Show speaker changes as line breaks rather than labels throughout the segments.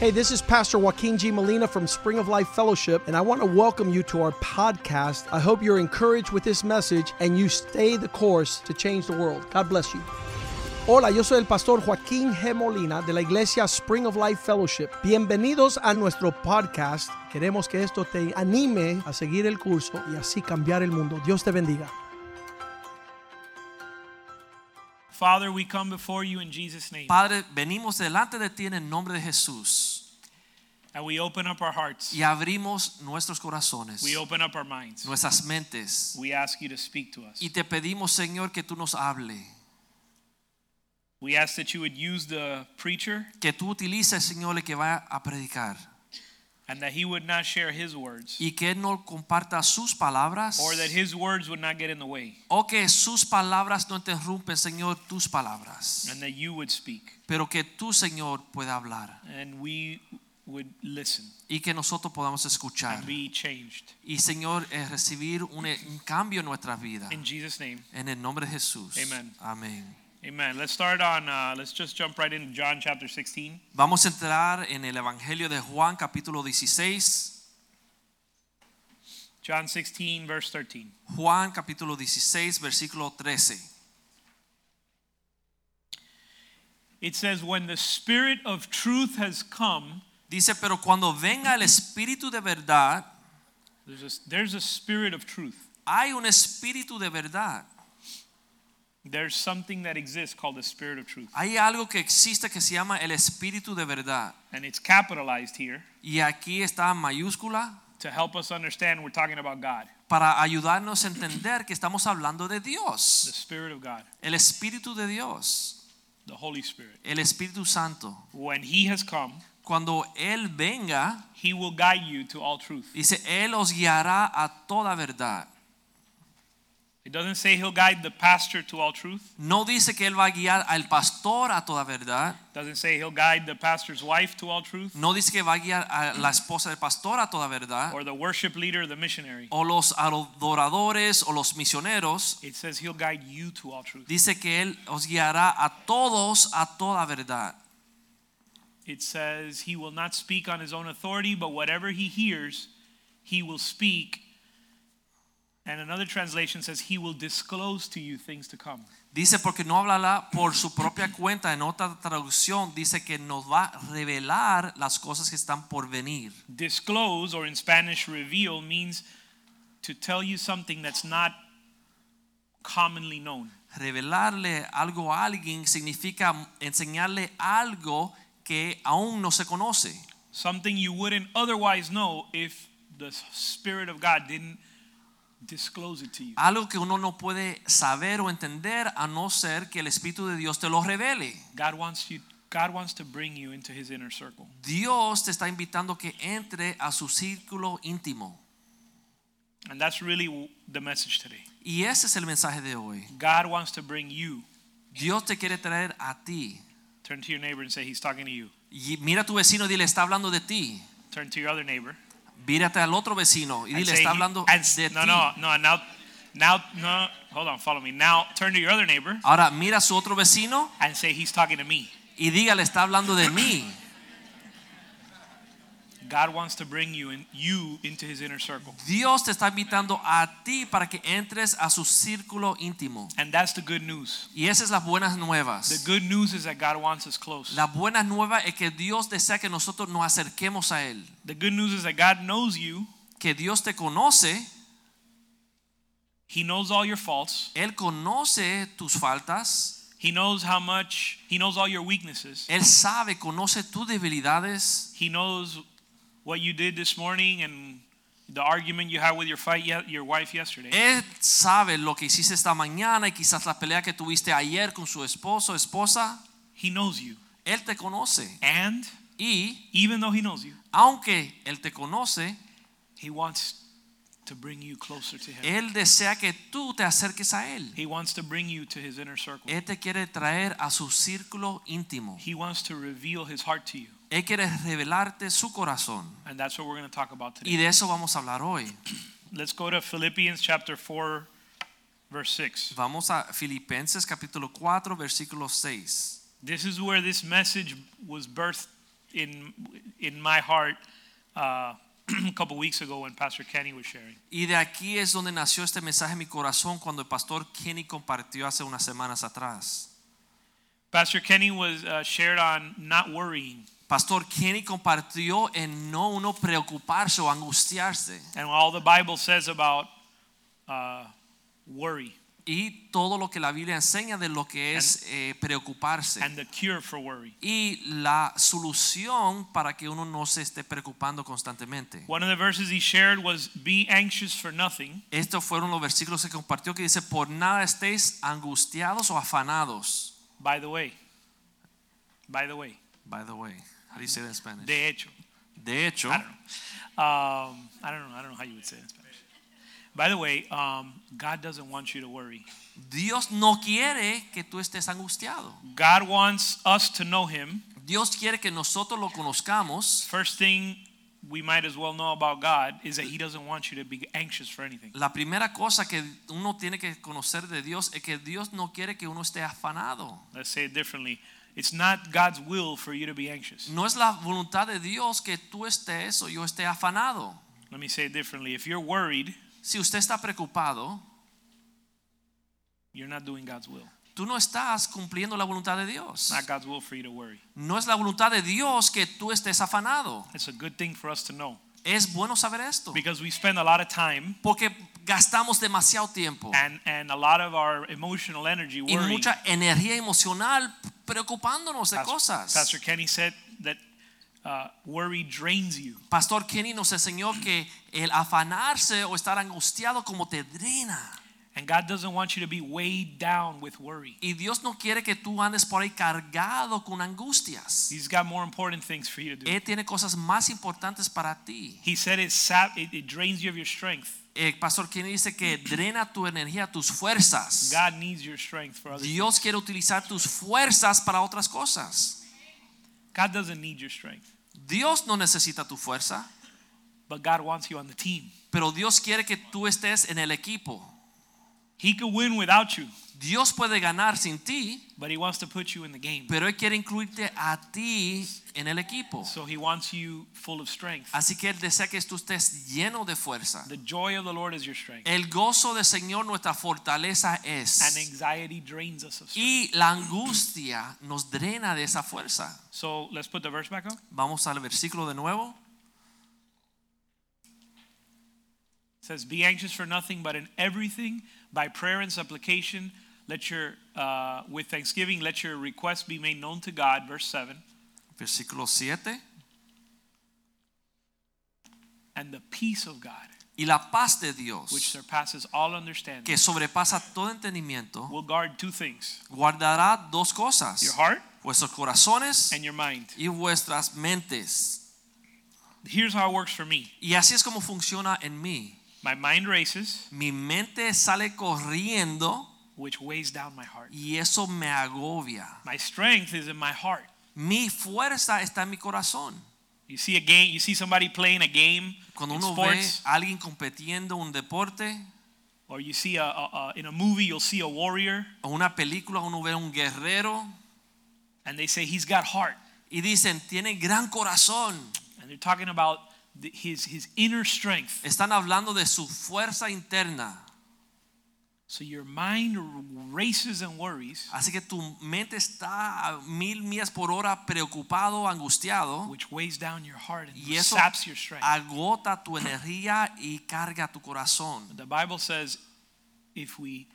Hey, this is Pastor Joaquin G. Molina from Spring of Life Fellowship, and I want to welcome you to our podcast. I hope you're encouraged with this message and you stay the course to change the world. God bless you. Hola, yo soy el pastor Joaquín G. Molina de la iglesia Spring of Life Fellowship. Bienvenidos a nuestro podcast. Queremos que esto te anime a seguir el curso y así cambiar el mundo. Dios te bendiga.
Father, we come before you in Jesus' name
Padre, venimos delante de ti en el nombre de Jesús
and we open up our hearts.
y abrimos nuestros corazones,
We open up our minds.
nuestras mentes
We ask you to speak to us.
y te pedimos, Señor, que tú nos hable,
We ask that you would use the preacher
que tú utilices, Señor, el que va a predicar
and that he would not share his words
y que él no comparta sus palabras
or that his words would not get in the way
o que sus palabras no interrumpen, Señor, tus palabras,
and that you would speak
pero que tú, Señor, pueda hablar
and we would listen
y que nosotros podamos escuchar
and be changed.
y, Señor, eh, recibir un, un cambio en nuestra vida.
In Jesus' name,
En el nombre de Jesús.
Amen.
Amén.
amen. Let's start on, uh, let's just jump right into John chapter 16.
Vamos a entrar en el Evangelio de Juan capítulo 16,
John 16, verse 13.
Juan capítulo 16 versículo 13.
It says, When the Spirit of truth has come,
Dice, pero cuando venga el Espíritu de verdad,
there's a, there's a spirit of truth.
hay un Espíritu de verdad.
There's something that exists called the spirit of truth.
Hay algo que existe que se llama el Espíritu de verdad.
And it's capitalized here
Y aquí está en mayúscula
to help us understand we're talking about God,
para ayudarnos a entender que estamos hablando de
the
Dios.
spirit of God,
El Espíritu de Dios,
the Holy Spirit.
el Espíritu Santo.
When he has come,
Cuando Él venga,
he will guide you to all truth.
dice, Él os guiará a toda verdad.
It doesn't say he'll guide the pastor to all truth.
No dice que él va a guiar al pastor a toda verdad.
It doesn't say he'll guide the pastor's wife to all truth
No dice que va a guiar a la esposa del pastor a toda verdad.
or the worship leader, the missionary.
O los adoradores o los misioneros.
It says he'll guide you to all truth.
Dice que él os guiará a todos a toda verdad.
It says he will not speak on his own authority, but whatever he hears, he will speak. And another translation says he will disclose to you things to come.
Dice porque no hablará por su propia cuenta. En otra traducción dice que nos va a revelar las cosas que están por venir.
Disclose, or in Spanish, reveal, means to tell you something that's not commonly known.
Revelarle algo a alguien significa enseñarle algo que aún no se conoce.
Something you wouldn't otherwise know if the Spirit of God didn't disclose it to you.
Algo que uno no puede saber o entender a no ser que el Espíritu de Dios te lo revele.
God wants you. God wants to bring you into His inner circle.
Dios te está invitando que entre a su círculo íntimo.
And that's really w- the message today.
Y ese es el mensaje de hoy.
God wants to bring you
Dios te quiere traer a ti.
Turn to your neighbor and say, He's talking to you.
Y mira a tu vecino y dile, está hablando de ti.
Turn to your other neighbor.
Mírate al otro vecino y
And
dile,
say,
está hablando
and s-
de
no,
ti.
no, no. Now, now, no. Hold on, follow me. Now, turn to your other neighbor
Ahora mira a su otro vecino
and say, He's talking to me.
y dígale, está hablando de mí.
God wants to bring you and you into His inner circle.
Dios te está invitando a ti para que entres a su círculo íntimo.
And that's the good news.
Y esas son las buenas nuevas.
The good news is that God wants us close.
La buena nueva es que Dios desea que nosotros nos acerquemos a Él.
The good news is that God knows you.
Que Dios te conoce,
He knows all your faults.
Él conoce tus faltas,
He knows how much. He knows all your weaknesses.
Él sabe, conoce tus debilidades,
He knows what you did this morning and the argument you had with your fight, ye- your wife yesterday.
Él sabe lo que hiciste esta mañana y quizás la pelea que tuviste ayer con su esposo, esposa.
He knows you.
Él te conoce.
And
Y
even though he knows you,
aunque Él te conoce,
he wants to bring you closer to him.
Él desea que tú te acerques a Él.
He wants to bring you to his inner circle.
Él te quiere traer a su círculo íntimo.
He wants to reveal his heart to you.
Él quiere revelarte su corazón.
And that's what we're going to talk about
Y
today.
de eso vamos a hablar hoy.
Let's go to Philippians chapter 4 verse 6.
Vamos a Filipenses capítulo 4 versículo 6.
This is where this message was birthed in in my heart uh, a couple weeks ago when Pastor Kenny was sharing.
Y de aquí es donde nació este mensaje en mi corazón cuando el pastor Kenny compartió hace unas semanas atrás.
Pastor Kenny was uh, shared on not worrying,
Pastor Kenny compartió en no uno preocuparse o angustiarse
and all the Bible says about uh, worry
y todo lo que la Biblia enseña de lo que es eh, preocuparse
and the cure for worry.
y la solución para que uno no se esté preocupando constantemente.
One of the verses he shared was, "Be anxious for nothing,
Estos fueron los versículos que compartió que dice, por nada estéis angustiados o afanados.
by the way, by the way,
By the way, how do you say that in Spanish?
de hecho."
De hecho,
I don't know. Um, I don't know. I don't know how you would say it in Spanish. By the way, um, God doesn't want you to worry.
Dios no quiere que tú estés angustiado.
God wants us to know Him.
Dios quiere que nosotros lo conozcamos.
First thing we might as well know about God is that He doesn't want you to be anxious for anything.
La primera cosa que uno tiene que conocer de Dios es que Dios no quiere que uno esté afanado.
Let's say it differently. It's not God's will for you to be anxious.
No es la voluntad de Dios que tú estés o yo esté afanado.
Let me say it differently. If you're worried,
Si usted está preocupado,
you're not doing God's will.
tú no estás cumpliendo la voluntad de Dios.
It's not God's will for you to worry.
No es la voluntad de Dios que tú estés afanado.
It's a good thing for us to know
Es bueno saber esto.
because we spend a lot of time
Porque gastamos demasiado tiempo
and, and a lot of our emotional energy
y
worrying.
mucha energía emocional preocupándonos de
Pastor,
cosas.
Pastor Kenny said that uh, worry drains you.
Pastor Kenny nos enseñó que el afanarse o estar angustiado como te drena.
And God doesn't want you to be weighed down with worry.
Y Dios no quiere que tú andes por ahí cargado con angustias.
He's got more important things for you to do.
Él tiene cosas más importantes para ti.
He said it, sap, it, it drains you of your strength.
El Pastor Kenny dice que drena tu energía, tus fuerzas.
God needs your strength for others.
Dios quiere utilizar tus fuerzas para otras cosas.
God doesn't need your strength,
Dios no necesita tu fuerza,
but God wants you on the team.
pero Dios quiere que tú estés en el equipo.
He could win without you,
Dios puede ganar sin ti,
but He wants to put you in the game.
pero Él quiere incluirte a ti en el equipo.
So He wants you full of strength.
Así que Él desea que tú estés lleno de fuerza.
The joy of the Lord is your strength.
El gozo del Señor nuestra fortaleza
And
es.
anxiety drains us of strength.
Y la angustia nos drena de esa fuerza.
So let's put the verse back up.
Vamos al versículo de nuevo.
It says, "Be anxious for nothing, but in everything by prayer and supplication, let your uh, with thanksgiving, let your requests be made known to God." Verse seven,
Versículo 7.
and the peace of God,
Y la paz de
which
Dios,
surpasses all understanding,
que sobrepasa todo entendimiento,
will guard two things:
guardará dos
your
cosas.
heart
vuestros corazones
and your mind.
y vuestras mentes.
Here's how it works for me:
Y así es como funciona en mí.
my mind races,
Mi mente sale corriendo
which weighs down my heart.
y eso me agobia.
My strength is in my heart.
Mi fuerza está en mi corazón.
You see a game, you see somebody playing a game
Cuando
in
uno ve
sports,
a alguien competiendo un deporte
or you see a, a, a in a movie, you'll see a warrior,
o una película, uno ve a un guerrero
and they say he's got heart.
y dicen, tiene gran corazón.
and they're talking about the, his his inner strength.
Están hablando de su fuerza interna.
So your mind races and worries,
Así que tu mente está a mil millas por hora preocupado, angustiado.
which weighs down your heart and
Y eso
saps your strength.
agota tu energía y carga tu corazón.
the Bible says, if we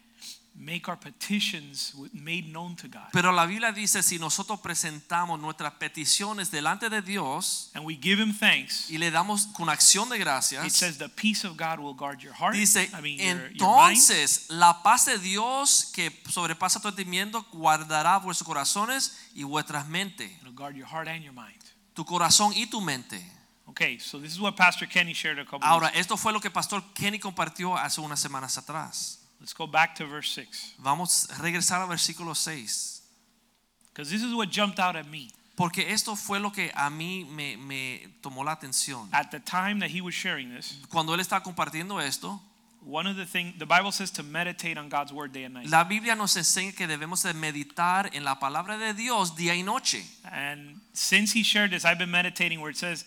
make our petitions with- made known to God
Pero la Biblia dice, si nosotros presentamos nuestras peticiones delante de Dios
and we give Him thanks,
y le damos con acción de
it
gracias,
says the peace of God will guard your heart.
dice,
I mean, your, your mind.
entonces la paz de Dios que sobrepasa tu entendimiento guardará vuestros corazones y vuestras mentes,
It'll guard your heart and your mind.
tu corazón y tu mente.
Okay, so this is what Pastor Kenny shared a couple.
Ahora,
weeks.
esto fue lo que Pastor Kenny compartió hace unas semanas atrás.
let's go back to verse six
Vamos a regresar al versículo 6.
because this is what jumped out at me
Porque esto fue lo que a mí me, me tomó la atención.
at the time that he was sharing this.
Cuando él estaba compartiendo esto,
One of the things the Bible says to meditate on God's word day and night.
La Biblia nos enseña que debemos de meditar en la palabra de Dios día y noche.
And since he shared this, I've been meditating where it says,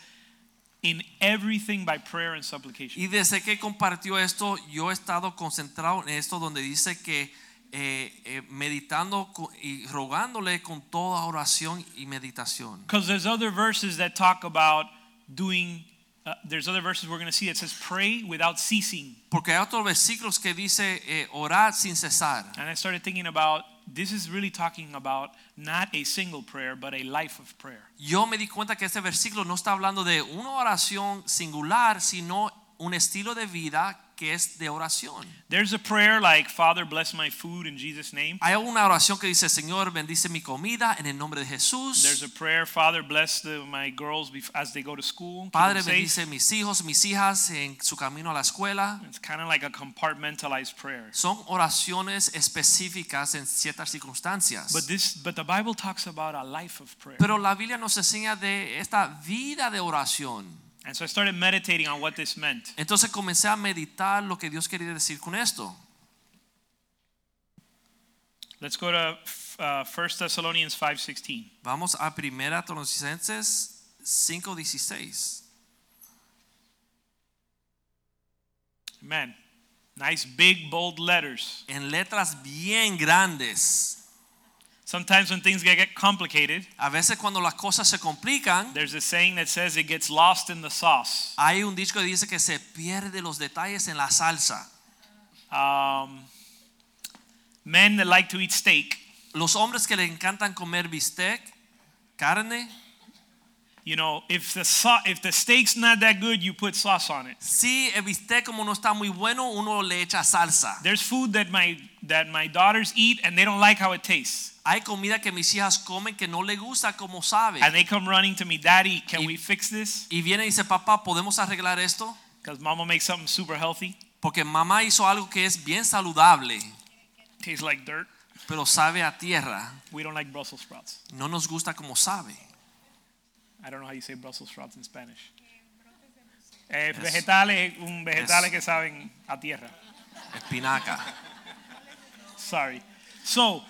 in everything by prayer and supplication.
Y desde que compartió esto, yo he estado concentrado en esto donde dice que eh, eh, meditando co- y rogándole con toda oración y meditación.
Because there's other verses that talk about doing, uh, there's other verses we're going to see that says pray without ceasing.
Porque hay otros versículos que dice eh, orad sin cesar.
And I started thinking about this is really talking about not a single prayer, but a life of prayer.
Yo me di cuenta que este versículo no está hablando de una oración singular, sino un estilo de vida que es de oración.
There's a prayer like, Father, bless my food in Jesus' name.
Hay una oración que dice, Señor, bendice mi comida en el nombre de
There's
Jesús.
a prayer, Father, bless the, my girls bef- as they go to school. keep
Padre,
them safe."
bendice mis hijos, mis hijas en su camino a la escuela.
It's kind of like a compartmentalized prayer.
Son oraciones específicas en ciertas circunstancias.
But this, but the Bible talks about a life of prayer.
Pero la Biblia nos enseña de esta vida de oración.
And so I started meditating on what this meant.
Entonces comencé a meditar lo que Dios quería decir con esto.
Let's go to uh, 1 Thessalonians 5:16.
Vamos a Primera Tesalonicenses 5:16.
Man, nice big bold letters.
En letras bien grandes.
Sometimes when things get, get complicated,
A veces cuando las cosas se complican,
there's a saying that says it gets lost in the sauce.
hay un dicho que dice que se pierde los detalles en la salsa.
Um, men that like to eat steak,
Los hombres que le encantan comer bistec, carne,
you know, if the sau- if the steak's not that good, you put sauce on it.
si el bistec como no está muy bueno, uno le echa salsa.
There's food that my that my daughters eat and they don't like how it tastes.
Hay comida que mis hijas comen que no le gusta como sabe.
And they come running to me, Daddy, can
Y-
we fix this?
Y viene y dice, papá, ¿podemos arreglar esto?
Because mama makes something super healthy.
Porque mamá hizo algo que es bien saludable,
Tastes like dirt.
pero sabe a tierra.
We don't like Brussels sprouts.
No nos gusta como sabe.
I don't know how you say Brussels sprouts in Spanish. Eh, vegetales, un vegetales que saben a tierra.
Espinaca.
Sorry. So,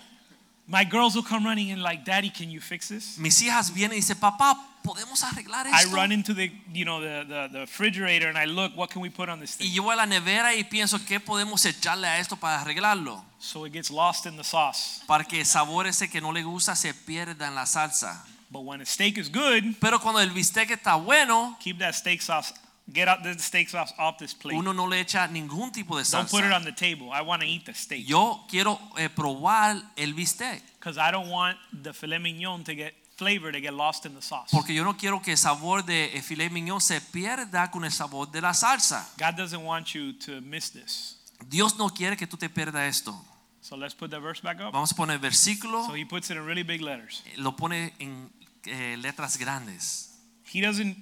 my girls will come running and like, Daddy, can you fix this?
Mis hijas vienen y dicen, papá, ¿podemos arreglar
I
esto?
run into the, you know, the, the, the refrigerator and I look, what can we put on this
Y
thing?
yo voy a la nevera y pienso, ¿qué podemos echarle a esto para arreglarlo?
So it gets lost in the sauce.
Para que el sabor ese que no le gusta se pierda en la salsa.
But when a steak is good,
Pero cuando el bistec está bueno,
keep that steak sauce, get out the steak sauce off this plate.
uno no le echa ningún tipo de
Don't put it
salsa.
on the table. I want to eat the steak.
Yo quiero eh, probar el bistec.
Because I don't want the filet mignon to get flavor to get lost in the sauce.
Porque yo no quiero que el sabor de eh, filet mignon se pierda con el sabor de la salsa.
God doesn't want you to miss this.
Dios no quiere que tú te pierdas esto.
So let's put that verse back up.
Vamos a poner el versículo,
So he puts it in really big letters.
eh, lo pone en eh, letras grandes.
He doesn't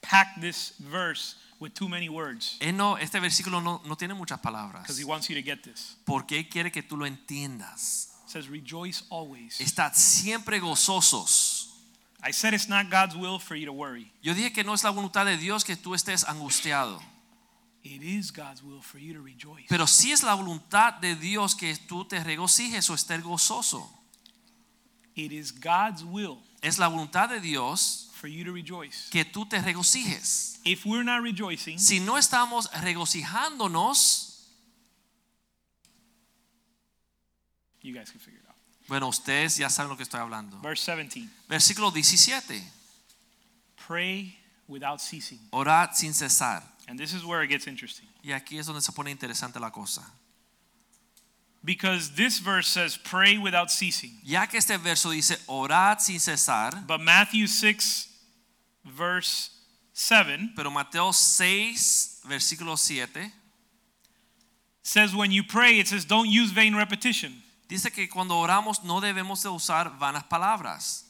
pack this verse with too many words
Él no, este versículo no, no tiene muchas palabras.
because he wants you to get this.
Porque Él quiere que tú lo entiendas.
It says, Rejoice always.
Estad siempre gozosos.
I said it's not God's will for you to worry,
Yo dije que no es la voluntad de Dios que tú estés angustiado.
it is God's will for you to rejoice.
Pero sí es la voluntad de Dios que tú te regocijes o estés gozoso.
It is God's will
Es la voluntad de Dios
for you to rejoice.
que tú te regocijes.
If we're not rejoicing,
si no estamos regocijándonos,
you guys can figure it out.
bueno, ustedes ya saben lo que estoy hablando.
Verse 17
Versículo 17.
Pray without ceasing.
Orad sin cesar.
And this is where it gets interesting.
Y aquí es donde se pone interesante la cosa.
Because this verse says, pray without ceasing.
Ya que este verso dice orad sin cesar,
But Matthew 6, verse 7
pero Mateo 6, versículo 7,
says, when you pray, it says, don't use vain repetition.
dice que cuando oramos no debemos de usar vanas palabras.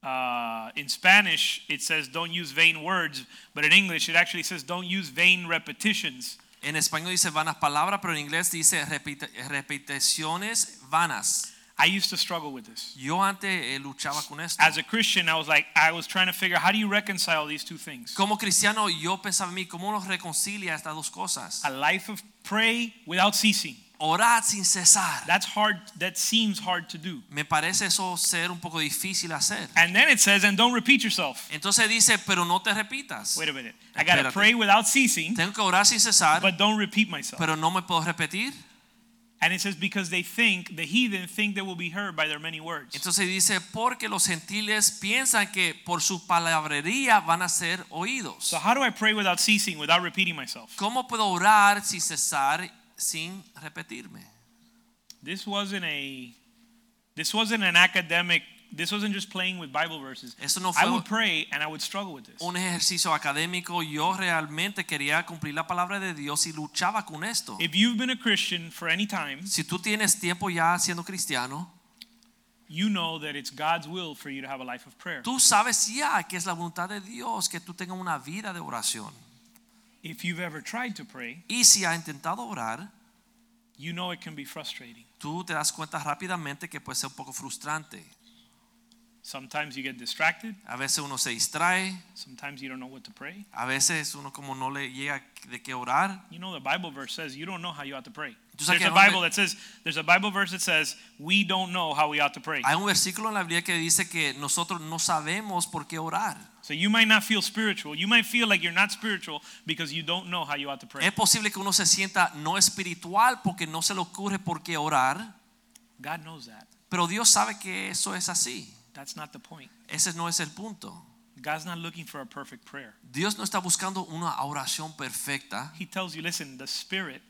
Uh, in Spanish, it says, don't use vain words. But in English, it actually says, don't use vain repetitions.
En español dice vanas palabras, pero en inglés dice repite- repeticiones vanas.
I used to struggle with this.
Yo antes eh, luchaba con esto.
As a Christian, I was like, I was trying to figure out how do you reconcile these two things?
Como cristiano, yo pensaba en mí, ¿cómo uno reconcilia estas dos cosas?
A life of pray without ceasing.
Orar sin cesar.
That's hard. That seems hard to do.
Me parece eso ser un poco difícil hacer.
And then it says, and don't repeat yourself.
Entonces dice, pero no te repitas.
Wait a minute. I gotta
Espérate.
pray without ceasing,
Tengo que orar sin cesar,
but don't repeat myself.
pero no me puedo repetir.
And it says, because they think, the heathen think they will be heard by their many words.
Entonces dice, porque los gentiles piensan que por su palabrería van a ser oídos.
So how do I pray without ceasing, without repeating myself?
¿Cómo puedo orar sin cesar, sin repetirme?
This wasn't a, this wasn't an academic. This wasn't just playing with Bible verses.
Eso no
I
fue-
would pray and I would struggle with this.
Un ejercicio académico, yo realmente quería cumplir la palabra de Dios y luchaba con esto.
If you've been a Christian for any time,
Si tú tienes tiempo ya siendo cristiano,
you know that it's God's will for you to have a life of prayer.
tú sabes ya que es la voluntad de Dios que tú tengas una vida de oración.
If you've ever tried to pray,
Y si has intentado orar,
you know it can be frustrating.
tú te das cuenta rápidamente que puede ser un poco frustrante.
Sometimes you get distracted,
A veces uno se distrae,
sometimes you don't know what to pray.
A veces uno como no le llega de qué orar.
You know the Bible verse says you don't know how you ought to pray.
Tú
There's
sabes que
a
hay un-
Bible that says there's a Bible verse that says we don't know how we ought to pray.
Hay un versículo en la Biblia que dice que nosotros no sabemos por qué orar.
So you might not feel spiritual. You might feel like you're not spiritual because you don't know how you ought to pray.
Es posible que uno se sienta no espiritual porque no se le ocurre por qué orar,
God knows that.
pero Dios sabe que eso es así.
That's not the point.
Ese no es el punto.
God's not looking for a perfect prayer.
Dios no está buscando una oración perfecta.
He tells you, listen, the Spirit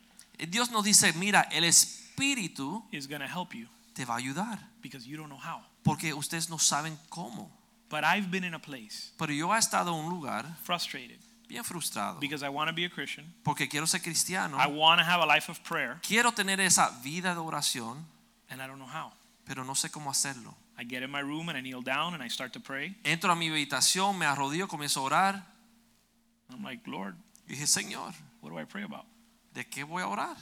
Dios nos dice, mira, el Espíritu
is going to help you
te va a ayudar
because you don't know how.
porque ustedes no saben cómo.
But I've been in a place
Pero yo he estado en un lugar
frustrated
bien frustrado
because I want to be a Christian.
porque quiero ser cristiano.
I want to have a life of prayer
quiero tener esa vida de oración,
and I don't know how.
pero no sé cómo hacerlo.
I get in my room and I kneel down and I start to pray.
Entro a mi habitación, me arrodillo, comienzo a orar.
I'm like, Lord,
Y dije, Señor,
what do I pray about?
¿de qué voy a orar?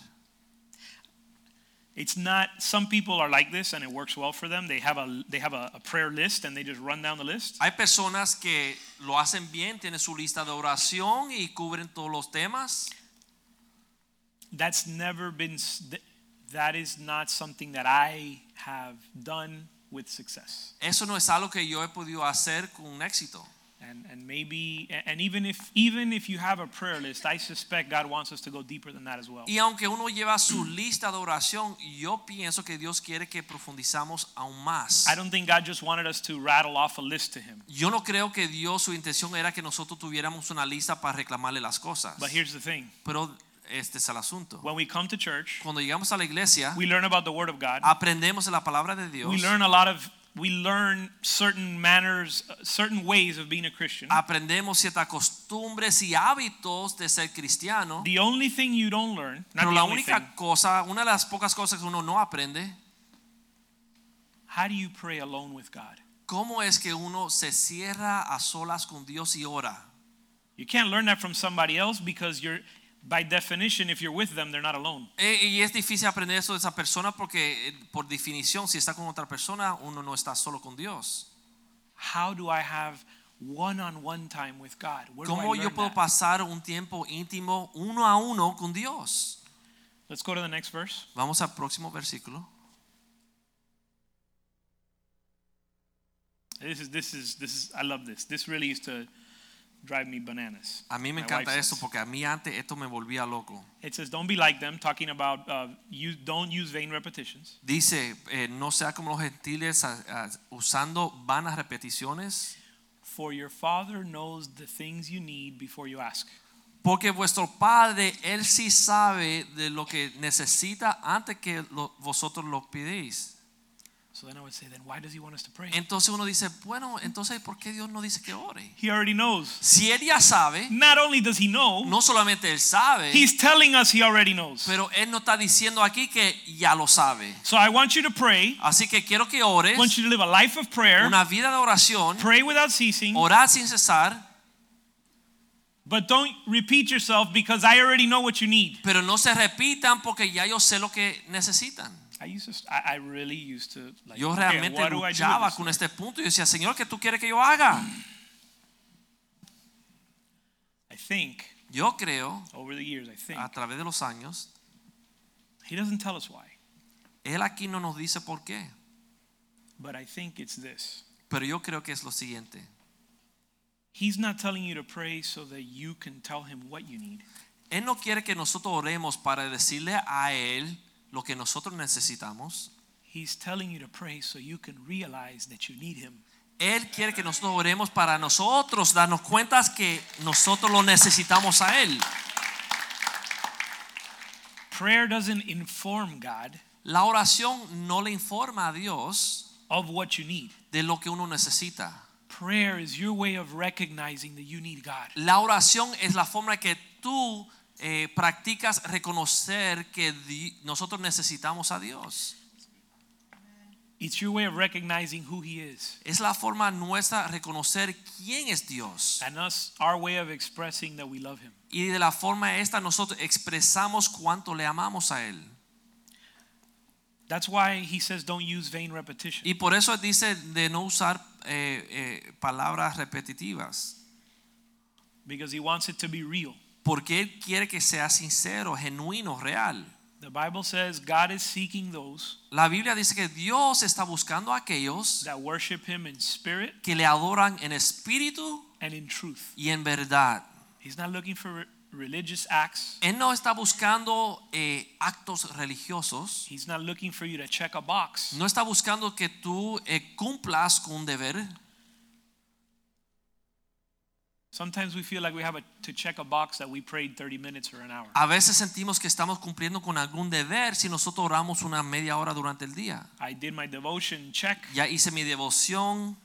It's not some people are like this and it works well for them. They have a they have a, a prayer list and they just run down the list.
Hay personas que lo hacen bien, tienen su lista de oración y cubren todos los temas.
That's never been s- th- that is not something that I have done with success.
Eso no es algo que yo he podido hacer con éxito.
And and maybe a- and even if even if you have a prayer list, I suspect God wants us to go deeper than that as well.
Y aunque uno lleva su
Mm.
lista de oración, yo pienso que Dios quiere que profundizamos aún más.
I don't think God just wanted us to rattle off a list to him.
Yo no creo que Dios, su intención era que nosotros tuviéramos una lista para reclamarle las cosas.
But here's the thing.
Pero este es el asunto.
When we come to church,
Cuando llegamos a la iglesia,
we learn about the Word of God.
aprendemos de la palabra de Dios.
We learn a lot of, we learn certain manners, uh, certain ways of being a Christian.
Ah. Aprendemos ciertas costumbres y hábitos de ser cristiano.
The only thing you don't learn, not
Pero
the
la
only thing,
única cosa, una de las pocas cosas que uno no aprende,
how do you pray alone with God?
cómo es que uno se cierra a solas con Dios y ora.
You can't learn that from somebody else because you're, by definition, if you're with them, they're not alone.
E- Y es difícil aprender eso de esa persona porque eh, por definición si está con otra persona uno no está solo con Dios.
How do I have one-on-one time with God? Where do I
¿Cómo
learn
yo puedo
that?
pasar un tiempo íntimo uno a uno con Dios?
Let's go to the next verse.
Vamos al próximo versículo.
This is this is this is I love this. This really used to drive me bananas.
A mí me
My
encanta
wife
esto
says.
porque a mí antes esto me volvía loco.
It says, "Don't be like them." Talking about uh, you don't use vain repetitions.
Dice, eh, no sea como los gentiles a- a- usando vanas repeticiones,
For your Father knows the things you need before you ask.
porque vuestro Padre, Él sí sabe de lo que necesita antes que lo- vosotros lo pidéis.
So then I would say, then why does He want us to pray?
Entonces uno dice, bueno, entonces ¿por qué Dios no dice que ore?
He already knows.
Si Él ya sabe,
Not only does He know,
no solamente Él sabe,
He's telling us He already knows.
pero Él no está diciendo aquí que ya lo sabe.
So I want you to pray.
Así que quiero que
I
ores
want you to live a life of prayer.
una vida de oración,
Pray without ceasing,
orar sin cesar.
but don't repeat yourself because I already know what you need.
Pero no se repitan porque ya yo sé lo que necesitan.
I used to, st- I, I really used to like.
Yo
okay,
realmente
what do I do with
luchaba
this?
con este punto y decía, Señor, ¿qué tú quieres que yo haga?
I think
Yo creo,
over the years, I think
a través de los años,
he doesn't tell us why,
Él aquí no nos dice por qué,
but I think it's this.
pero yo creo que es lo siguiente.
He's not telling you to pray so that you can tell him what you need.
Él no quiere que nosotros oremos para decirle a Él lo que nosotros necesitamos.
He's telling you to pray so you can realize that you need him.
Él quiere que nosotros oremos para nosotros, darnos cuenta que nosotros lo necesitamos a Él.
Prayer doesn't inform God
La oración no le informa a Dios
of what you need.
de lo que uno necesita.
Prayer is your way of recognizing that you need God.
La oración es la forma que tú eh, practicas reconocer que di- nosotros necesitamos a Dios.
It's your way of recognizing who he is.
Es la forma nuestra reconocer quién es Dios.
And us our way of expressing that we love him.
Y de la forma esta nosotros expresamos cuánto le amamos a Él.
That's why he says don't use vain repetition.
Y por eso dice de no usar eh, eh, palabras repetitivas.
because he wants it to be real.
Porque Él quiere que sea sincero, genuino, real.
The Bible says God is seeking those
La Biblia dice que Dios está buscando a aquellos
that worship him in spirit
que le adoran en espíritu
and in truth.
y en verdad.
He's not looking for re- religious acts.
Él no está buscando eh, actos religiosos.
He's not looking for you to check a box.
No está buscando que tú eh, cumplas con un deber.
Sometimes we feel like we have a, to check a box that we prayed 30 minutes or an hour.
A veces sentimos que estamos cumpliendo con algún deber si nosotros oramos una media hora durante el día.
I did my devotion check.
Ya hice mi devoción.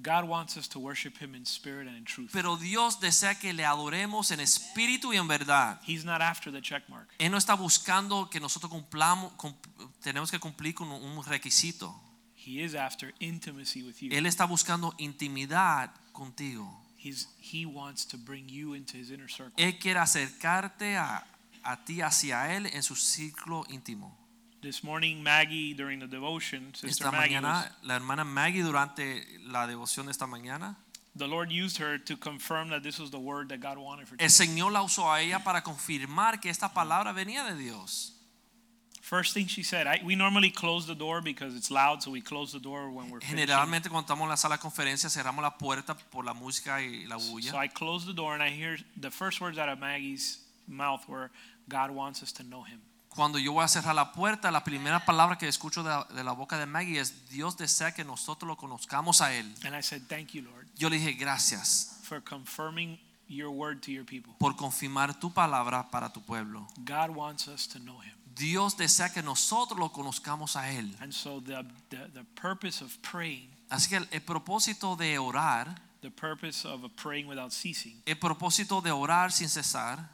God wants us to worship him in spirit and in truth.
Pero Dios desea que le adoremos en espíritu y en verdad.
He's not after the check mark.
Él no está buscando que nosotros cumplamos, cum- tenemos que cumplir con un requisito.
He is after intimacy with you.
Él está buscando intimidad contigo.
He's, he wants to bring you into his inner circle.
Él quiere acercarte a, a ti, hacia Él, en su círculo íntimo.
This morning, Maggie, during the devotion, Sister
Esta
Maggie, pues. was-
mañana, la hermana Maggie, durante la devoción de esta mañana,
the Lord used her to confirm that this was the word that God wanted for you.
el Señor la usó a ella para confirmar que esta palabra venía de Dios.
First thing she said, I, we normally close the door because it's loud, so we close the door when we're finishing.
Generalmente cuando estamos en la sala de conferencia cerramos la puerta por la música y la
So
bulla.
I closed the door and I hear the first words out of Maggie's mouth were, God wants us to know him.
Cuando yo voy a cerrar la puerta, la primera palabra que escucho de, de la boca de Maggie es Dios desea que nosotros lo conozcamos a Él.
And I said, Thank you, Lord,
Yo le dije gracias
for confirming your word to your people.
por confirmar tu palabra para tu pueblo.
God wants us to know him.
Dios desea que nosotros lo conozcamos a Él.
And so the, the, the purpose of praying,
Así que el, el propósito de orar,
the purpose of a praying without ceasing,
el propósito de orar sin cesar,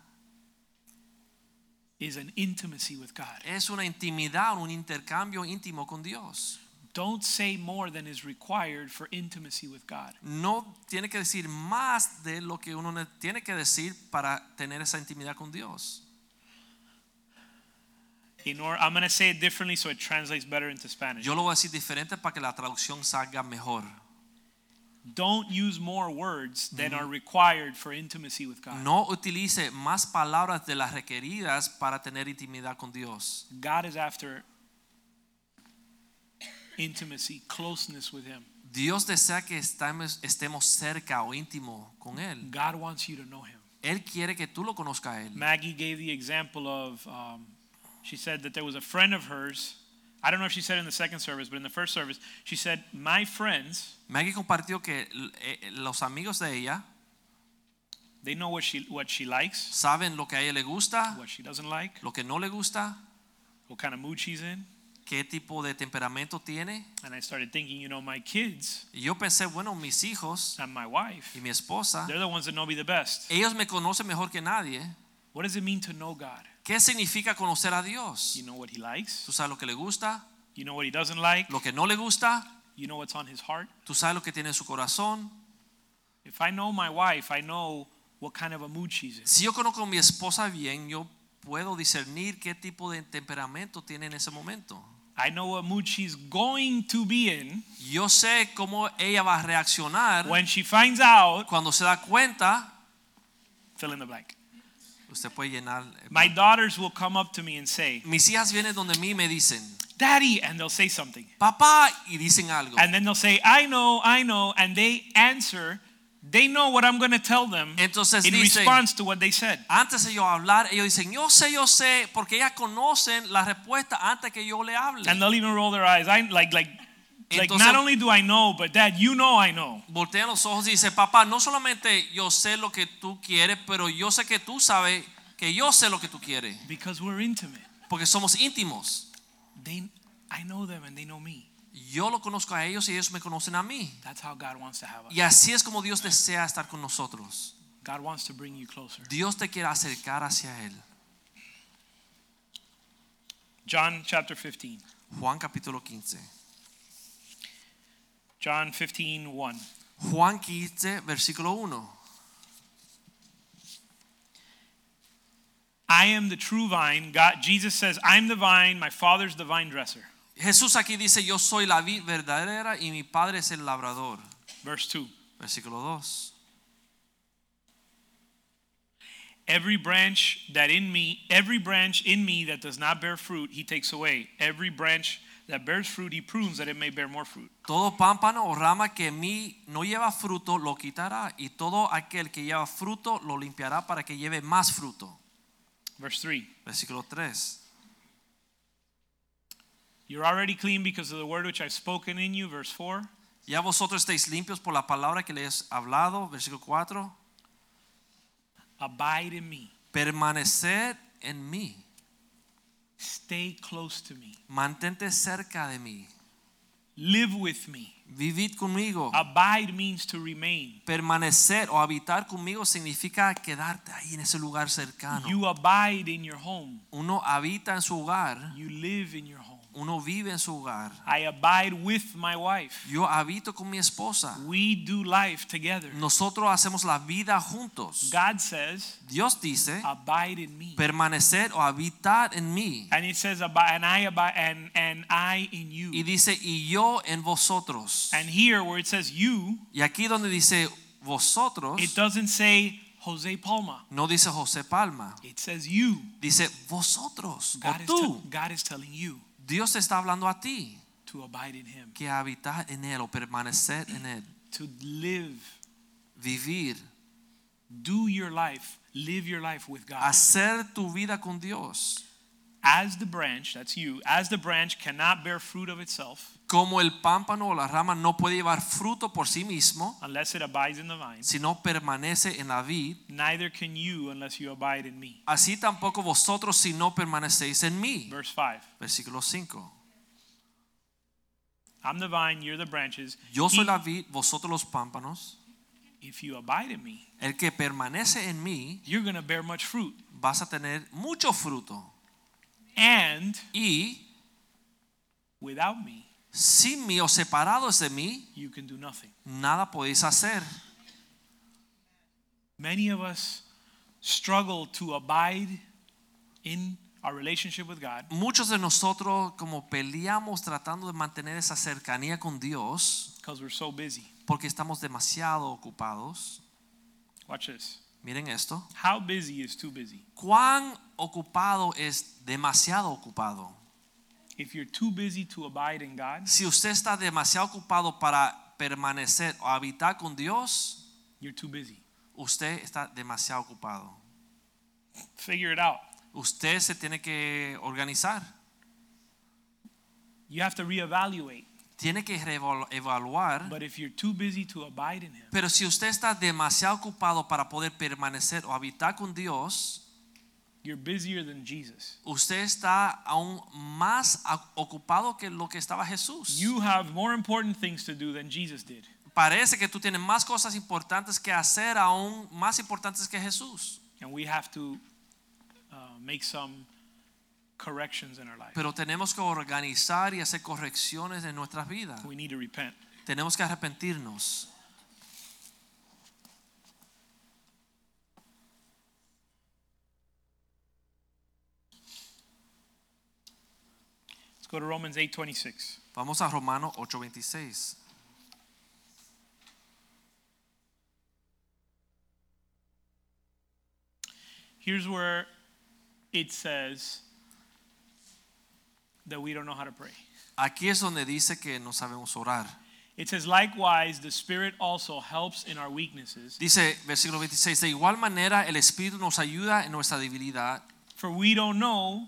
is an intimacy with God.
es una intimidad, un intercambio íntimo con Dios.
Don't say more than is required for intimacy with God.
No tiene que decir más de lo que uno ne- tiene que decir para tener esa intimidad con Dios.
In or, I'm going to say it differently so it translates better into Spanish.
Yo lo voy a decir diferente para que la traducción salga mejor.
Don't use more words than
Mm-hmm.
are required for intimacy with God.
No utilice más palabras de las requeridas para tener intimidad con Dios.
God is after intimacy, closeness with Him.
Dios desea que estamos- estemos cerca o íntimo con Él.
God wants you to know Him.
Él quiere que tú lo conozcas a Él.
Maggie gave the example of, um, she said that there was a friend of hers. I don't know if she said it in the second service, but in the first service, she said, My friends,
Maggie compartió que eh, los amigos de ella
they know what she, what she likes,
saben lo que a ella le gusta,
what she doesn't like,
lo que no le gusta,
what kind of mood she's in.
qué tipo de temperamento tiene.
And I started thinking, you know, my kids
Y yo pensé, bueno, mis hijos
and my wife,
y mi esposa,
they're the ones that know me the best.
ellos me conocen mejor que nadie.
What does it mean to know God?
¿Qué significa conocer a Dios?
You know what He likes,
Tú sabes lo que le gusta,
you know what He doesn't like,
lo que no le gusta,
you know what's on His heart.
tú sabes lo que tiene en su corazón.
If I know my wife, I know what kind of a mood she's in.
Si yo conozco a mi esposa bien, yo puedo discernir qué tipo de temperamento tiene en ese momento.
I know what mood she's going to be in
Yo sé cómo ella va a reaccionar
when she finds out.
cuando se da cuenta.
Fill in the blank.
Usted puede llenar. el
My
blanco.
daughters will come up to me and say,
Mis hijas vienen donde mí y me dicen,
Daddy, and they'll say something.
papá, y dicen algo.
And then they'll say, I know, I know. And they answer, they know what I'm going to tell them
Entonces
in
dicen-
response to what they said.
Antes de yo hablar, ellos dicen, yo sé, yo sé, porque ellas conocen la respuesta antes que yo le hable.
And they'll even roll their eyes. I like, like, like
Entonces-
not only do I know, but Dad, you know I know.
Voltean los ojos y dice, papá, no solamente yo sé lo que tú quieres, pero yo sé que tú sabes que yo sé lo que tú quieres,
Because we're intimate.
porque somos íntimos.
They, I know them and they know me.
Yo lo conozco a ellos y ellos me conocen a mí.
That's how God wants to have us.
Y así es como Dios desea estar con nosotros.
God wants to bring you closer.
Dios te quiere acercar hacia Él.
John chapter 15.
Juan capítulo 15.
John 15, 1.
Juan 15, versículo 1.
I am the true vine. God, Jesus says, I'm the vine. My father's the vine dresser.
Jesús aquí dice, yo soy la vid verdadera y mi Padre es el labrador.
Verse 2.
Versículo 2.
Every branch that in me, every branch in me that does not bear fruit, he takes away. Every branch that bears fruit, he prunes that it may bear more fruit.
Todo pámpano o rama que en mí no lleva fruto lo quitará y todo aquel que lleva fruto lo limpiará para que lleve más fruto.
Verse 3.
Versículo 3.
You're already clean because of the word which I've spoken in you. Verse 4.
Ya vosotros estáis limpios por la palabra que les he hablado. Versículo 4.
Abide in me.
Permaneced en mí.
Stay close to me.
Mantente cerca de mí.
Live with me.
Vivid conmigo.
Abide means to remain.
Permanecer o habitar conmigo significa quedarte ahí en ese lugar cercano.
You abide in your home.
Uno habita en su hogar.
You live in your home.
Uno vive en su hogar.
I abide with my wife.
Yo habito con mi esposa.
We do life together.
Nosotros hacemos la vida juntos.
God says,
Dios dice,
abide in me.
permanecer o habitar en mí.
And it says, "Abi- and I abide, and, and I in
Y
you.
dice, y yo en vosotros.
And here, where it says you,
Y aquí donde dice vosotros,
it doesn't say Jose Palma.
no dice José Palma,
It says you.
dice vosotros o
God is,
tú.
te- God is telling you
Dios te está hablando a ti
to abide in Him,
que habitar en Él o permanecer en Él,
to live,
vivir,
do your life, live your life with God.
hacer tu vida con Dios.
As the branch, that's you, as the branch cannot bear fruit of itself
Como el pámpano o la rama no puede llevar fruto por sí mismo,
unless it abides in the vine,
si no permanece en la vid,
neither can you unless you abide in me.
así tampoco vosotros si no permanecéis en mí.
Verse 5.
Versículo 5.
I'm the vine, you're the branches.
Yo soy
He-
la vid, vosotros los pámpanos.
if you abide in me,
El que permanece en mí
you're going to bear much fruit.
vas a tener mucho fruto.
And
Y
without me,
sin mí o separados de mí,
you can do nothing.
nada podéis hacer.
Many of us struggle to abide in our relationship with God
Muchos de nosotros como peleamos tratando de mantener esa cercanía con Dios
because we're so busy.
porque estamos demasiado ocupados.
Watch this.
Miren esto.
How busy is too busy?
¿Cuán ocupado es demasiado ocupado?
If you're too busy to abide in God,
Si usted está demasiado ocupado para permanecer o habitar con Dios,
you're too busy.
usted está demasiado ocupado.
Figure it out.
Usted se tiene que organizar,
You have to reevaluate.
tiene que reevalu- evaluar.
But if you're too busy to abide in Him,
Pero si usted está demasiado ocupado para poder permanecer o habitar con Dios,
you're busier than Jesus.
usted está aún más a- ocupado que lo que estaba Jesús.
You have more important things to do than Jesus did.
Parece que tú tienes más cosas importantes que hacer, aún más importantes que Jesús.
And we have to uh, make some corrections in our life.
Pero tenemos que organizar y hacer correcciones en nuestras vidas.
We need to repent.
Tenemos que arrepentirnos.
Let's go to Romans 8:26.
Vamos a Romanos 8:26.
Here's where it says that we don't know how to pray.
Aquí es donde dice que no sabemos orar.
It says, likewise, the Spirit also helps in our weaknesses,
Dice versículo 26, de igual manera el Espíritu nos ayuda en nuestra debilidad,
for we don't know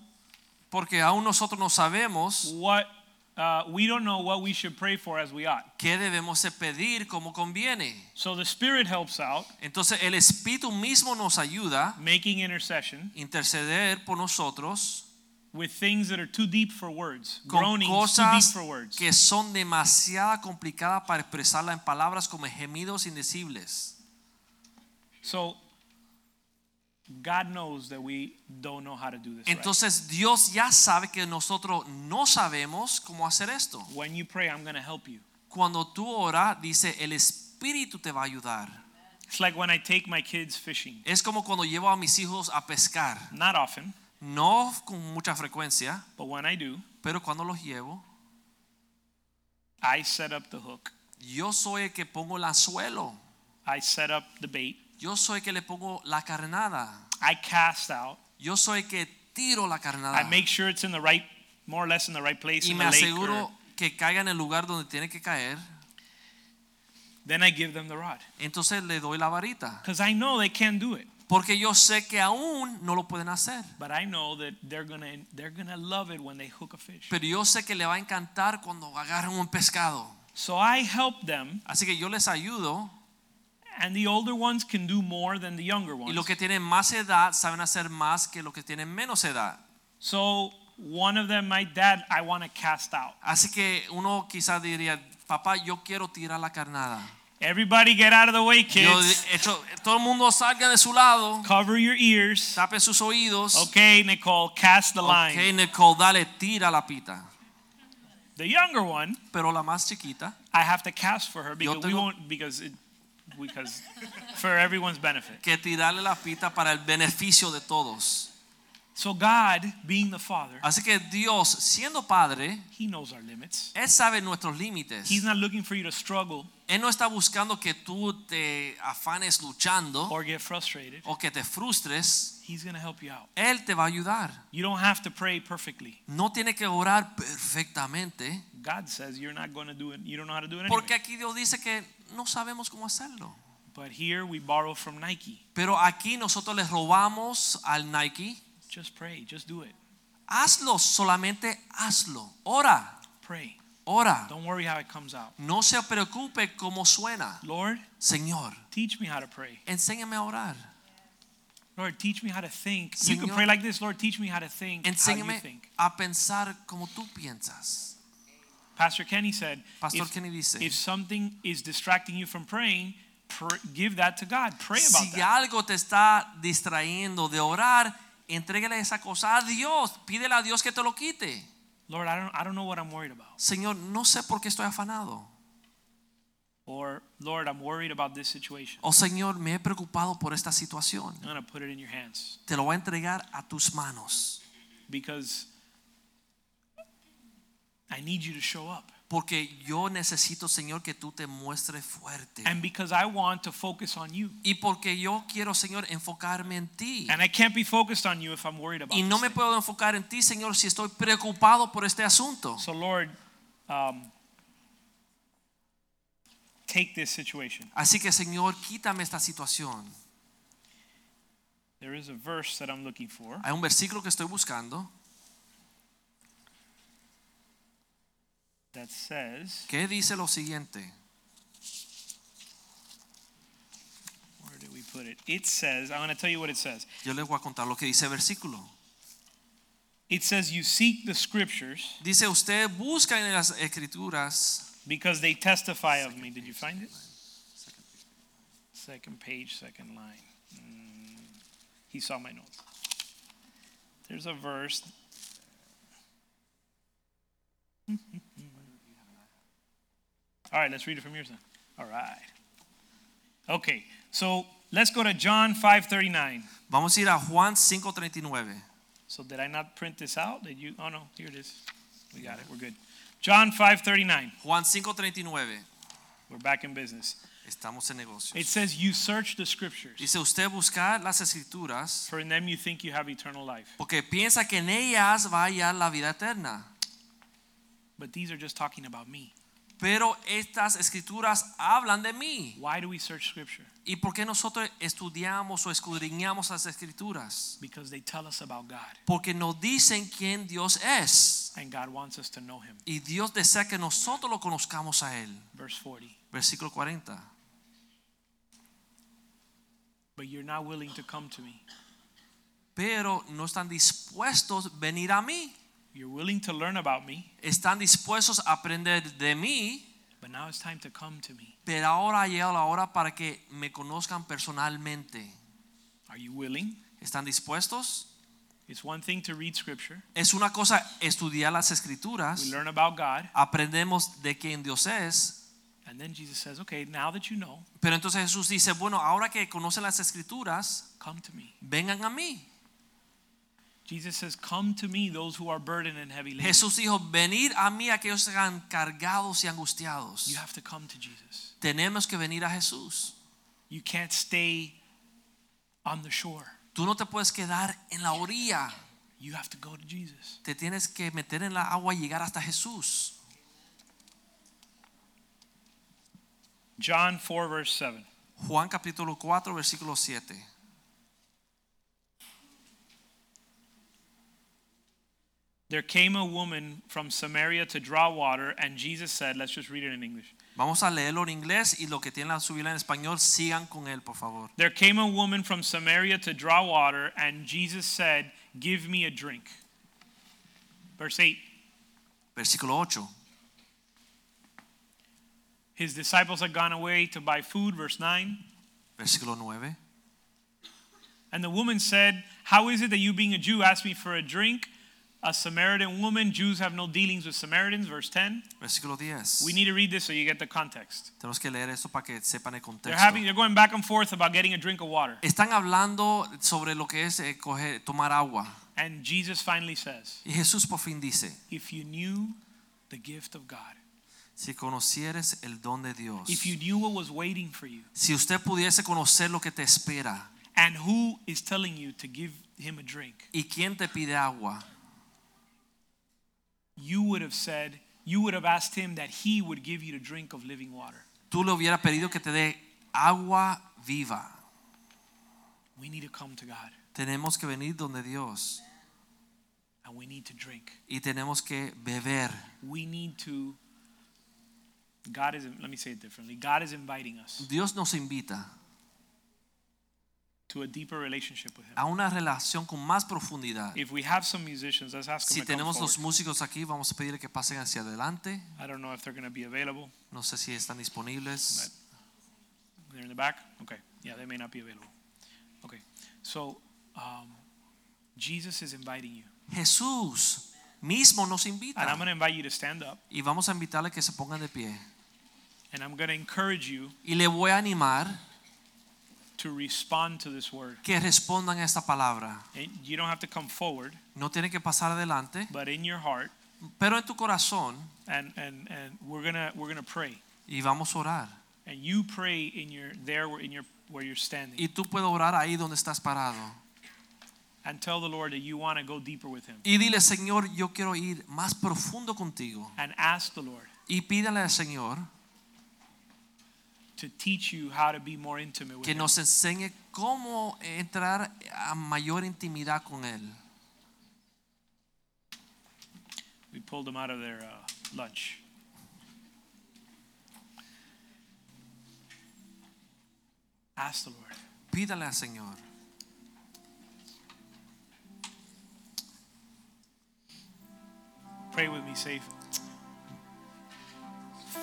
porque aún nosotros no sabemos
what uh, we don't know what we should pray for as we ought.
qué debemos de pedir como conviene.
So the Spirit helps out,
Entonces el Espíritu mismo nos ayuda a
making intercession
interceder por nosotros
with things that are too deep for words,
con
groanings too deep
cosas
for words.
que son demasiado complicadas para expresarla en palabras como gemidos indecibles.
So God knows that we don't know how to do this. right.
Entonces Dios ya sabe que nosotros no sabemos cómo hacer esto.
When you pray, I'm going to help you.
Cuando tú oras, dice, el Espíritu te va a ayudar.
It's like when I take my kids fishing.
Es como cuando llevo a mis hijos a pescar.
Not often,
No con mucha frecuencia,
but when I do,
pero cuando los llevo,
I set up the hook.
yo soy el que pongo el anzuelo.
I set up the bait.
Yo soy el que le pongo la carnada.
I cast out.
Yo soy el que tiro la
I
carnada.
make sure it's in the right, more or less in the right place
Ah. Y
in
me
the lake. or-
aseguro que caiga en el lugar donde tiene que caer.
then I give them the rod
Entonces le doy la varita.
because I know they can't do it.
Porque yo sé que aún no lo pueden hacer.
But I know that they're gonna they're gonna love it when they hook a fish.
Pero yo sé que le va a encantar cuando agarren un pescado.
So I help them,
Así que yo les ayudo.
and the older ones can do more than the younger
Y
ones.
los que tienen más edad saben hacer más que los que tienen menos edad.
So one of them, my dad, I want to cast out.
Así que uno quizás diría, papá, yo quiero tirar la carnada.
Everybody get out of the way,
Yo, eh,
kids.
de hecho, todo el mundo salga de su lado,
Cover your ears.
tapen sus oídos.
Okay, Nicole, cast the line.
Ok, Nicole, dale, tira la pita.
The younger one,
Pero la más chiquita,
I have to cast for her
Yo
because we
tengo-
won't because it because for everyone's benefit.
que tirarle la pita para el beneficio de todos.
So God, being the Father,
Así que Dios, siendo Padre,
He knows our limits.
Él sabe nuestros límites.
He's not looking for you to struggle
Él no está buscando que tú te afanes luchando
or get frustrated.
o que te frustres.
He's going to help you out.
Él te va a ayudar.
You don't have to pray perfectly.
No tiene que orar perfectamente.
God says you're not going to do it. You don't know how to do it anyway.
Porque aquí Dios dice que no sabemos cómo hacerlo.
But here we borrow from Nike.
Pero aquí nosotros les robamos al Nike.
Just pray. Just do it.
Hazlo, solamente hazlo. Ora,
Pray.
ora.
Don't worry how it comes out.
No se preocupe cómo suena.
Lord,
Señor,
teach me how to pray.
enséñame a orar.
Lord, teach me how to think. You can
Señor.
pray like this. Lord, teach me how to think. How you
Enséñame
think.
a pensar como tú piensas.
Pastor Kenny said,
Pastor
if,
Kenny dice,
if something is distracting you from praying, pr- give that to God. Pray about
si
that.
algo te está distrayendo de orar, entrégale esa cosa a Dios. Pídele a Dios que te lo quite.
Lord, I don't, I don't know what I'm worried about.
Señor, no sé por qué estoy afanado.
Or, Lord, I'm worried about this situation.
Oh Señor, me he preocupado por esta situación.
I'm going to put it in your hands
Te lo voy a entregar a tus manos.
because I need you to show up.
Porque yo necesito, Señor, que tú te muestres fuerte.
And because I want to focus on you.
Y porque yo quiero, Señor, enfocarme en ti.
And I can't be focused on you if I'm worried about
Y no
this
me
thing.
puedo enfocar en ti, Señor, si estoy preocupado por este asunto.
So, Lord, um, take this situation.
Así que, Señor, quítame esta situación.
There is a verse that I'm looking for.
Hay un versículo que estoy buscando
that says,
que dice lo siguiente.
where did we put it? It says, I'm going to tell you what it says.
Yo les voy a contar lo que dice el versículo.
It says, You seek the scriptures
Dice, usted busca en las escrituras.
because they testify of me. Did you find it? Second page, second line. Mm, he saw my notes. There's a verse. All right, let's read it from yours then. All right. Okay, so let's go to John 539.
Vamos a ir a Juan 5.39.
So did I not print this out? Did you? Oh no, here it is. We got it. We're good. John 5:39.
Juan 5:39.
We're back in business.
Estamos en negocios.
It says you search the scriptures
Dice usted buscar las escrituras
for in them you think you have eternal life.
porque piensa que en ellas va a hallar la vida eterna.
But these are just talking about me.
Pero estas escrituras hablan de mí.
Why do we search scripture?
¿Y por qué nosotros estudiamos o escudriñamos las escrituras?
Because they tell us about God
Porque nos dicen quién Dios es.
and God wants us to know him.
Y Dios desea que nosotros lo conozcamos a Él.
Verse 40.
Versículo 40.
But you're not willing to come to me.
Pero no están dispuestos a venir a mí.
You're willing to learn about me,
Están dispuestos a aprender de mí.
but now it's time to come to me.
Pero ahora ha llegado la hora para que me conozcan personalmente.
Are you willing?
¿Están dispuestos?
It's one thing to read scripture.
Es una cosa estudiar las
We
escrituras,
learn about God,
aprendemos de quién Dios es,
and then Jesus says, "Okay, now that you know,
pero entonces Jesús dice, bueno, ahora que conocen las escrituras,
come to me."
vengan a mí.
Jesus says, "Come to me those who are burdened and heavy laden."
Jesús dijo, venid a mí aquellos que están cargados y angustiados.
You have to come to Jesus.
Tenemos que venir a Jesús.
You can't stay on the shore.
Tú no te puedes quedar en la orilla,
You have to go to Jesus.
te tienes que meter en la agua y llegar hasta Jesús.
John 4 verse 7.
Juan capítulo 4, versículo 7.
There came a woman from Samaria to draw water, and Jesus said, "Let's just read it in English."
Vamos a leerlo en inglés y lo que tienen la subida en español, sigan con él, por favor.
There came a woman from Samaria to draw water, and Jesus said, Give me a drink. Verse 8
Versículo 8.
His disciples had gone away to buy food. Verse 9
Versículo 9.
And the woman said, How is it that you, being a Jew, ask me for a drink? A Samaritan woman, Jews have no dealings with Samaritans. Verse 10.
Versículo 10.
We need to read this so you get the context.
Tenemos que leer esto para que sepan el
They're,
contexto.
having, they're going back and forth about getting a drink of water.
Están hablando sobre lo que es eh, coger- tomar agua.
And Jesus finally says,
Y Jesús por fin dice,
If you knew the gift of God,
si conocieres el don de Dios,
if you knew what was waiting for you,
si usted pudiese conocer lo que te espera
and who is telling you to give him a drink,
y quién te pide agua,
you would have said, you would have asked him that he would give you to drink of living water.
tú le hubieras pedido que te dé agua viva.
We need to come to God
Tenemos que venir donde Dios
and we need to drink.
y tenemos que beber.
We need to. God is, let me say it differently. God is inviting us
Dios nos invita
to a deeper relationship with Him.
a una relación con más profundidad.
If we have some musicians, let's ask
Si
them to come
tenemos los
forward.
músicos aquí, vamos a pedirle que pasen hacia adelante.
I don't know if they're going to be available.
No sé si están disponibles.
They're in the back? Okay. Yeah, they may not be available. Okay. So, um, Jesus is inviting you.
Jesús mismo nos
And I'm
invita
going to invite you to stand up.
y vamos a invitarle que se pongan de pie.
And I'm going to encourage you
Y le voy a animar
to respond to this word.
que respondan a esta palabra.
And you don't have to come forward,
No tiene que pasar adelante,
but in your heart,
pero en tu corazón
and and and we're gonna we're gonna pray,
y vamos a orar.
and you pray in your there where in your where you're standing,
Y tú puedes orar ahí donde estás parado.
and tell the Lord that you want to go deeper with Him,
Y dile, Señor, yo quiero ir más profundo contigo.
and ask the Lord
Y pídale al Señor
to teach you how to be more intimate with
que
Him.
nos enseñe cómo entrar a mayor intimidad con Él.
We pulled them out of their uh, lunch. Ask the Lord.
Pídale al Señor.
Pray with me, safe.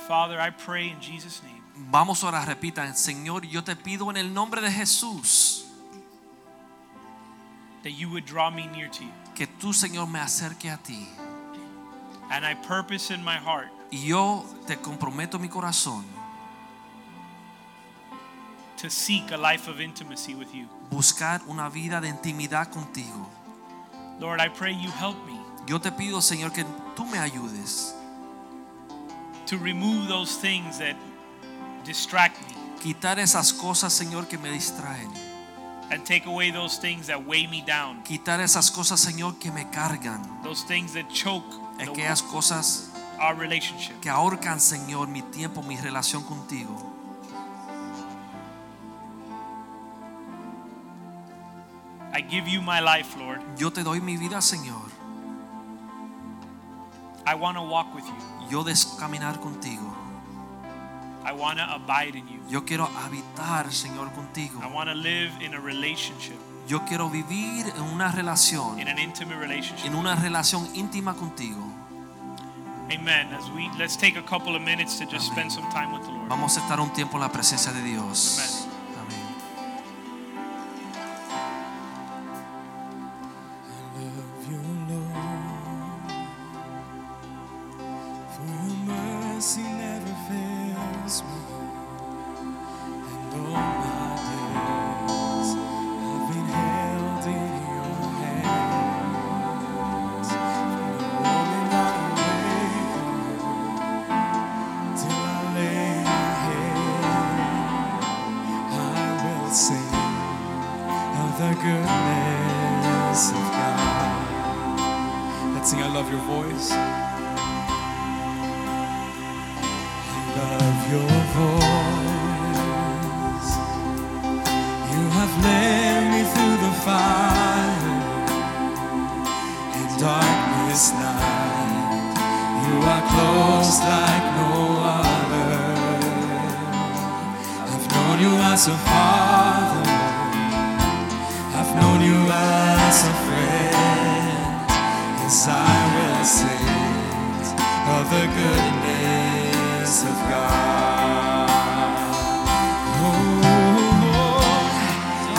Father, I pray in Jesus' name
Vamos ahora, repitan, Señor, yo te pido en el nombre de Jesús
that you would draw me near to you.
que tú, Señor, me acerque a ti.
And I purpose in my heart
Y yo te comprometo mi corazón
to seek a life of intimacy with you.
buscar una vida de intimidad contigo.
Lord, I pray you help me
Yo te pido, Señor, que tú me ayudes.
to remove those things that distract me
Quitar esas cosas, Señor, que me distraen.
and take away those things that weigh me down,
Quitar esas cosas, Señor, que me cargan.
those things that choke the-
Aquellas cosas
our relationship.
que ahorcan, Señor, mi tiempo, mi relación contigo.
I give you my life, Lord.
Yo te doy mi vida, Señor.
I want to walk with you.
Yo deseo caminar contigo.
I want to abide in you.
Yo quiero habitar, Señor, contigo.
I want to live in a relationship,
Yo quiero vivir en una relación,
in an intimate relationship.
en una relación íntima contigo.
Amen. As we let's take a couple of minutes to just spend some time with the Lord.
Vamos a estar un tiempo en la presencia de Dios. Amén.
love you, Lord. For your mercy never fails me. And all my days have been held in your hands. From the moment I wake up till I lay my head, I will sing of the goodness of God. Let's sing, I love your voice. I love your voice. You have led me through the fire and darkness night. You are close like no other. I've known you as a father. I've known you as a friend. Yes, I will sing of the goodness of God. Oh,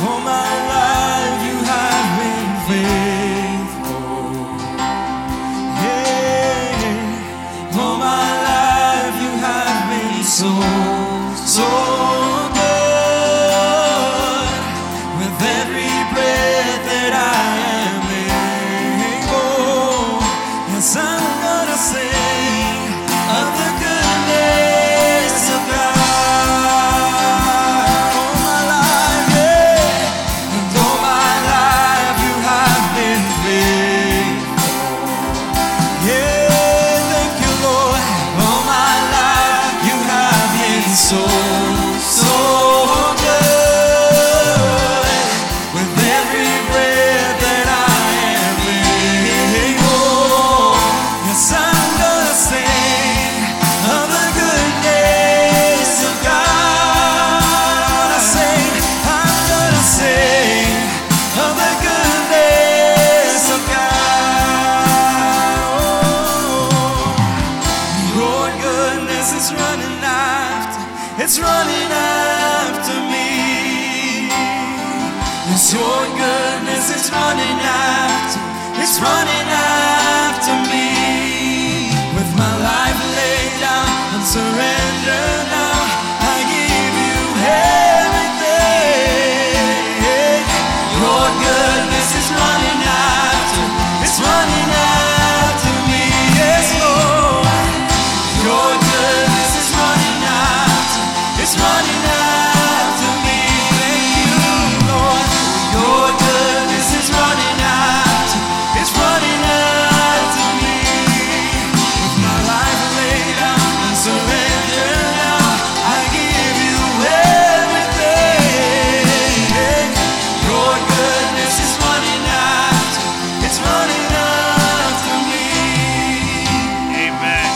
all my life you have been faithful. Yeah, all my life you have been so, so good. With every breath that I am able, yes, I'm gonna sing of the goodness of God. All my life, yeah, and all my life you have been faithful. Yeah, thank you, Lord. All my life you have been so, so good. With every breath that I am oh, able, yes, I'm gonna sing of the goodness of God. I sing, I'm gonna sing of the goodness of God. Your goodness is running after, it's running after me. Yes, your goodness is running after, it's running after me. With my life laid down and surrender now, I give you everything. Your goodness is running after, it's running after me. Yes, Lord. Your goodness is running after, it's running after me. Thank you, Lord. Your goodness is running after, it's running after me. With my life laid down and surrender now, I give you everything. Your goodness is running after, it's running after me.
Amen.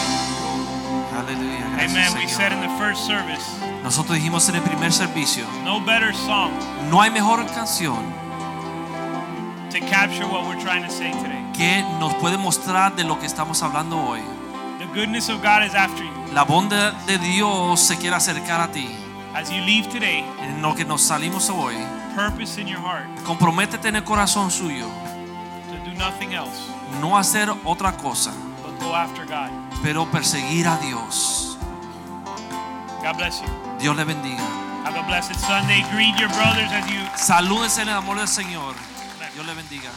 Aleluya. gracias,
Amen. We
Señor.
said in the first service,
Nosotros dijimos en el primer servicio,
no better song
no hay mejor canción
to capture what we're trying to say today.
que nos puede mostrar de lo que estamos hablando hoy.
The goodness of God is after you.
La bondad de Dios se quiere acercar a ti.
As you leave today,
En lo que nos salimos hoy,
purpose in your heart
comprométete en el corazón suyo,
to do nothing else
no hacer otra cosa,
but go after God.
pero perseguir a Dios.
God bless you.
Dios le bendiga.
Have a blessed Sunday. Greet your brothers as you
Salúdense en el amor del Señor. Dios le bendiga.